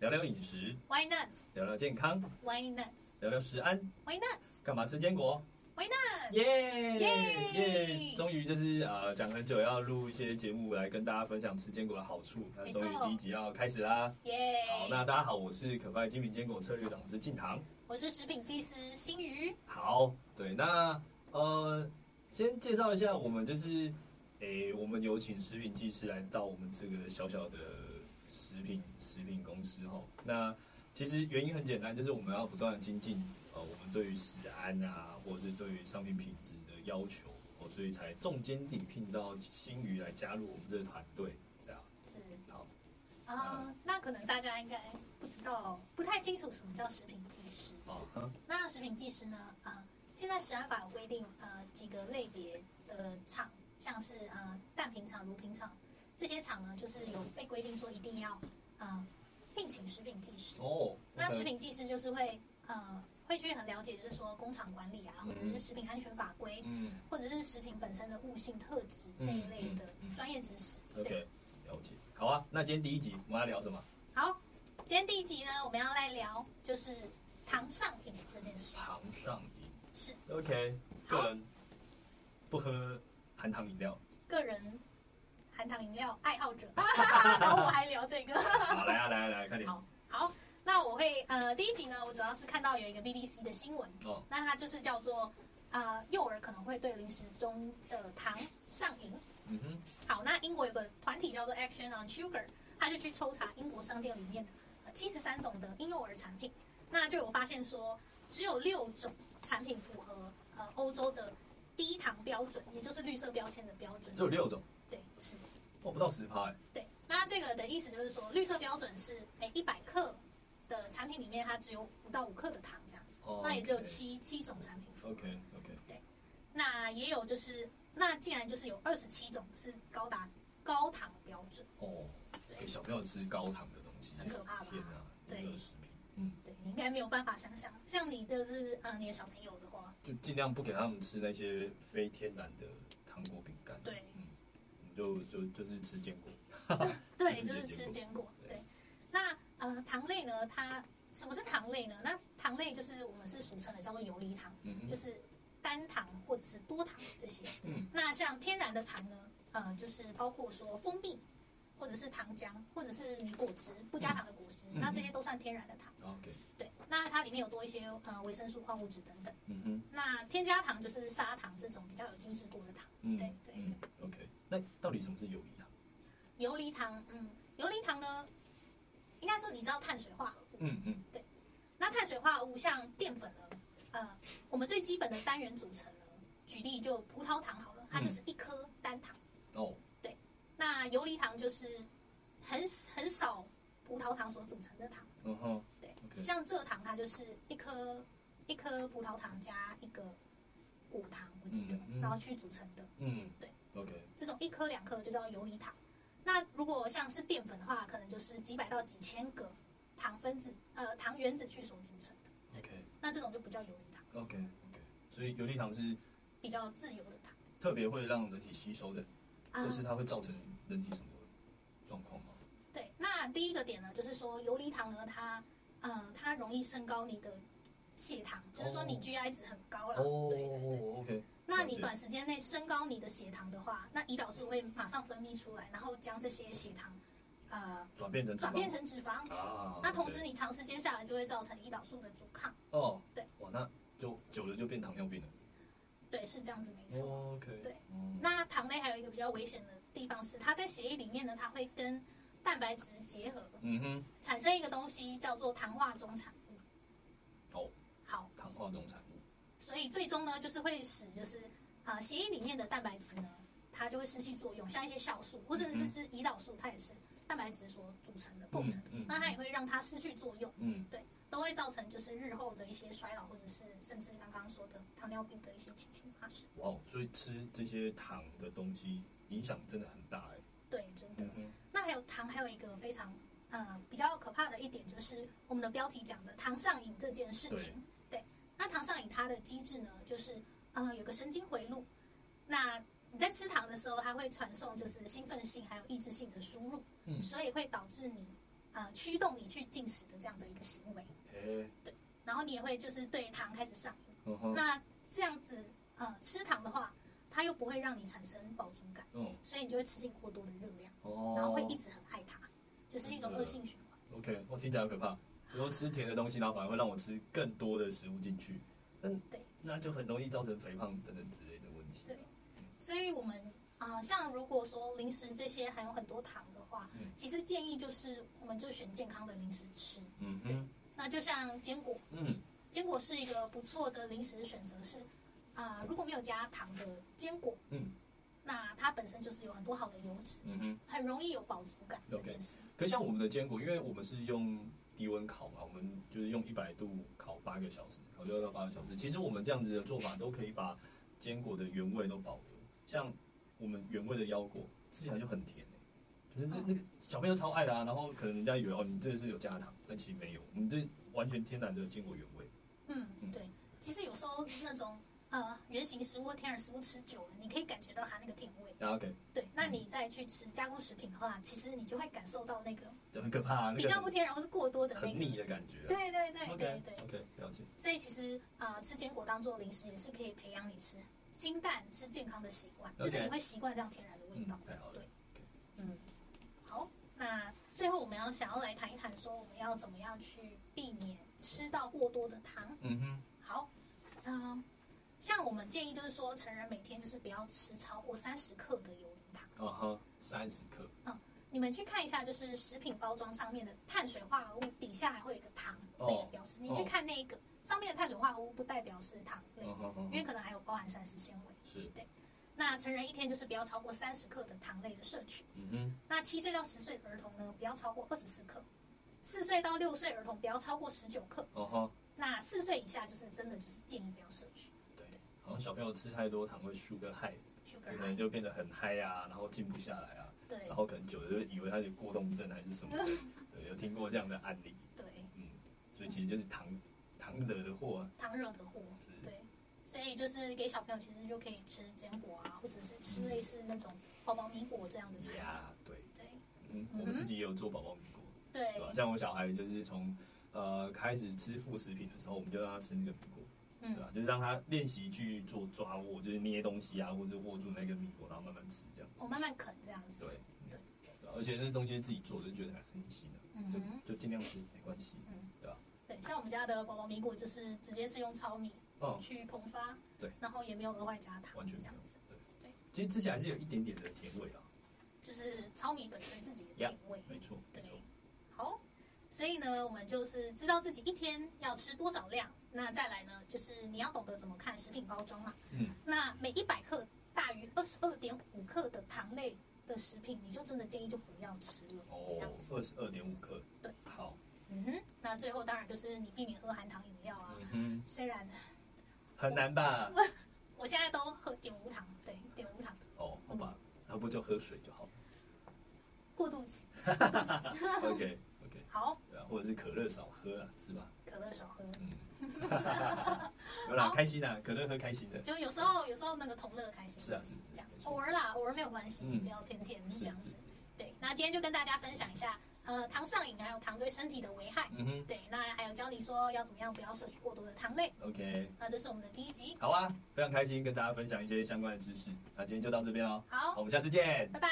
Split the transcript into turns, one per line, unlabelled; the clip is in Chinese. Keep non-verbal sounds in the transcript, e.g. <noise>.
聊聊饮食，
Why nuts?
聊聊健康，
Why nuts?
聊聊食安，
Why nuts?
干嘛吃坚果？
Why nuts?
耶
耶
耶！终于就是呃，讲很久要录一些节目来跟大家分享吃坚果的好处，那
没
终于
错
第一集要开始啦。
耶！
好，那大家好，我是可快精品坚果策略长，我是静堂。
我是食品技师新宇。
好，对，那呃，先介绍一下，我们就是，诶、我们有请食品技师来到我们这个小小的食品食品公司哈。那其实原因很简单，就是我们要不断的精进，呃，我们对于食安啊，或者是对于商品品质的要求，哦，所以才重金礼聘到新宇来加入我们这个团队，对啊，
是
好，
啊、那可能大家应该不知道，不太清楚什么叫食品技师。
哦，嗯
那食品技师呢？啊、现在食安法有规定，呃，几个类别的厂，像是呃蛋品厂、乳品厂这些厂呢，就是有被规定说一定要呃聘请食品技师。
哦，
那
OK
食品技师就是会呃会去很了解，就是说工厂管理啊，或者是食品安全法规，
嗯
或者是食品本身的物性特质这一类的
嗯嗯嗯
专业知识。对，
，OK，了解，好啊，那今天第一集我们要聊什么？
好，今天第一集呢，我们要来聊就是糖上瘾这件事。
糖上瘾。
是
OK，
好
个人不喝含糖饮
<laughs>
料。
个人含糖饮料爱好
<laughs>
者，然后我还聊这个。
好，来啊，来啊，来啊，快点。
好好，那我会呃第一集呢，我主要是看到有一个 BBC 的新闻，
哦，
那它就是叫做呃幼儿可能会对零食中的糖上瘾。
嗯哼，
好，那英国有个团体叫做 Action on Sugar，他就去抽查英国商店里面呃七十三种的婴幼儿产品，那就有发现说，只有六种产品符合呃欧洲的低糖标准，也就是绿色标签的标准。
只有六种，
对，是，
哦，不到十趴哎。
对。那这个的意思就是说，绿色标准是每一百克的产品里面，它只有五到五克的糖这样子，
哦，
那也只有。七七种产品符合。
OK OK，
那也有就是，那竟然就是有二十七种是高达高糖标准。
哦，给小朋友吃高糖的东西，
很可怕吧
天啊，
对
娱乐食品。嗯，
对，你应该没有办法想象。像你就是呃，你的小朋友的话，
就尽量不给他们吃那些非天然的糖果饼干。
对
嗯，我们就就就是吃坚果。
对，
直
就
接
是吃坚果。
对
对，那呃，糖类呢，它什么是糖类呢？那糖类就是我们是俗称的叫做游离糖，
嗯
就
哼，
是单糖或者是多糖这些。
嗯，
那像天然的糖呢，呃，就是包括说蜂蜜。或者是糖浆，或者是你果汁不加糖的果汁，
嗯
那这些都算天然的糖。
OK，
对，那它里面有多一些呃维生素、矿物质等等。
嗯哼，
那添加糖就是砂糖这种比较有精制过的糖。
嗯，
对对
嗯，OK，那到底什么是游离糖？
游离糖，嗯，游离糖呢，应该说你知道碳水化合物。
嗯嗯，
那碳水化合物像淀粉呢，呃，我们最基本的单元组成呢，举例就葡萄糖好了，它就是一颗单糖。
哦，
那游离糖就是很很少葡萄糖所组成的糖，
嗯哼，
对
，OK，
像蔗糖它就是一颗一颗葡萄糖加一个果糖，我记得，
嗯嗯
然后去组成的。
嗯，
对
，OK，
这种一颗两颗就叫游离糖。那如果像是淀粉的话，可能就是几百到几千个糖分子，呃，糖原子去所组成的。
OK
那这种就不叫游离糖，
OK OK，所以游离糖是
比较自由的糖。
特别会让人体吸收的，
啊、
或是它会造成人体什么状况吗？
对。那第一个点呢，就是说游离糖呢，它，呃，它容易升高你的血糖，就是说你
哦
GI 值很高啦。
哦
对对对。
，OK，
那
了
你
解
短时间内升高你的血糖的话，那胰岛素会马上分泌出来，然后将这些血糖，呃，
转变成脂肪
转变成脂肪。
啊，
那同时
OK
你长时间下来就会造成胰岛素的阻抗，
哦，
对，
哇，那就久了就变糖尿病了。
对，是这样子没错。
哦 OK，
对
嗯，
那糖类还有一个比较危险的地方是，它在血液里面呢，它会跟蛋白质结合，
嗯哼，
产生一个东西叫做糖化中产物。
哦，
好，
糖化这种产物，
所以最终呢，就是会使就是啊、呃血液里面的蛋白质呢，它就会失去作用，像一些酵素或者
嗯
是是胰岛素，它也是蛋白质所组成的构成的，
嗯嗯
那它也会让它失去作用，
嗯，
对，都会造成就是日后的一些衰老，或者是甚至刚刚说的糖尿病的一些情形发生。
哇哦，所以吃这些糖的东西影响真的很大哎。
对，真的。
嗯哼，
那还有糖，还有一个非常呃比较可怕的一点，就是我们的标题讲的糖上瘾这件事情。对，那糖上瘾它的机制呢，就是呃有个神经回路，那你在吃糖的时候，它会传送就是兴奋性还有抑制性的输入，
嗯
所以会导致你啊、驱动你去进食的这样的一个行为，
哎，
然后你也会就是对糖开始上瘾。
嗯哼，
那这样子呃吃糖的话，它又不会让你产生饱足感，
嗯，
所以你就会吃进过多的热量，
哦，
然后会一直很爱它，就是一种恶性循环。
OK，我听起来很可怕。比如说吃甜的东西，然后反而会让我吃更多的食物进去，嗯，
对，
那就很容易造成肥胖等等之类的问题。
对所以我们啊、呃像如果说零食这些含有很多糖的话，
嗯
其实建议就是我们就选健康的零食吃。
嗯哼，
那就像坚果，
嗯，
坚果是一个不错的零食选择，是啊、呃如果没有加糖的坚果，
嗯，
那它本身就是有很多好的油脂，
嗯哼。
很容易有饱足感这件事。
可像我们的坚果，因为我们是用低温烤嘛，我们就是用一百度烤八个小时，烤六到八个小时。其实我们这样子的做法都可以把坚果的原味都保留。像我们原味的腰果吃起来就很甜、欸、就是那
哦
那个小朋友超爱的啊。然后可能人家以为哦，你这是有加糖，但其实没有，我们这完全天然的坚果原味。
嗯
嗯，
对。其实有时候那种呃原型食物或天然食物吃久了，你可以感觉到它那个甜味。
然后给
对，那你再去吃加工食品的话，其实你就会感受到那个
就很可怕、啊，那
比较不
个
天然或是过多的那
很
个。
腻的感觉、啊。
对对对对
OK
对。
OK，了解。
所以其实啊、呃吃坚果当做零食也是可以培养你吃清淡、吃健康的习惯，
OK
就是你会习惯这样天然的味
嗯
道。，嗯
太好了。
好，那最后我们要想要来谈一谈，说我们要怎么样去避免吃到过多的糖。
嗯哼，
好，嗯、像我们建议就是说，成人每天就是不要吃超过三十克的油淋糖。
啊哈，三十克。
你们去看一下，就是食品包装上面的碳水化合物底下还会有一个糖类的标识，你去看那个、上面的碳水化合物不代表是糖类，
嗯哼
因
嗯
为
哼，
可能还有包含膳食纤维。
是。
那成人一天就是不要超过三十克的糖类的摄取。
嗯哼，
那七岁到十岁儿童呢，不要超过二十四克；四岁到六岁儿童不要超过十九克。
哦哈。
那四岁以下就是真的就是建议不要摄取
对，好像小朋友吃太多糖会 sugar high，可
sugar
能
high。
就变得很嗨啊，然后静不下来啊，
对
然后可能久了就以为他有过动症还是什么
<laughs>
的，对，有听过这样的案例，
对，
嗯，所以其实就是糖糖惹的祸啊，
糖热的祸。
是，
对，所以就是给小朋友其实就可以吃坚果啊，或者是吃类似那种宝宝米果这样的产品。
呀，对，啊
对
嗯，
嗯
我们自己也有做宝宝米果，对啊吧？
对，
像我小孩就是从呃开始吃副食品的时候，我们就让他吃那个米果。对啊
嗯
吧？就是让他练习去做抓握，就是捏东西啊，或者握住那个米果，然后慢慢吃这样。
我慢慢啃这样子。
对，对啊而且那东西自己做，就觉得很很新的、
嗯
就
哼，
就尽量吃，没关系。
对，像我们家的宝宝米果就是直接是用糙米
嗯，
去膨发，
对，
然后也没有额外加糖，
完全没
这
有
样子，
其实吃起来是有一点点的甜味啊，
就是糙米本身自己的甜味。
没错，没
对
错。，
好，所以呢，我们就是知道自己一天要吃多少量，那再来呢，就是你要懂得怎么看食品包装啊嘛。
嗯，
那每一百克大于二十二点五克的糖类的食品，你就真的建议就不要吃了，这样
哦，
子。
二十二点五克，
对，
好，
嗯哼，那最后当然就是你避免喝含糖饮料啊。
嗯
虽然
哼，很难吧？
我现在都喝点无糖，对，点无糖
哦，好吧，那不就喝水就
<laughs>
好了。
过渡期。
OK OK，
好，
对啊，或者是可乐少喝啊，是吧？
可乐少喝。 <laughs>
嗯， <laughs> 有啦，开心啊，可乐喝开心的，
就有时候有时候那个同乐开心，
是啊，是是
这样
没，错
偶尔啦，偶尔没有关系，
嗯
不要天天
是
这样
是
子
是。
对，那今天就跟大家分享一下，呃，糖上瘾还有糖对身体的危害。
嗯哼
对，那还有教你说要怎么样不要摄取过多的糖类。
，OK，
那这是我们的第一集，
好啊，非常开心跟大家分享一些相关的知识，那今天就到这边喽，
好
好，，我们下次见，
拜拜。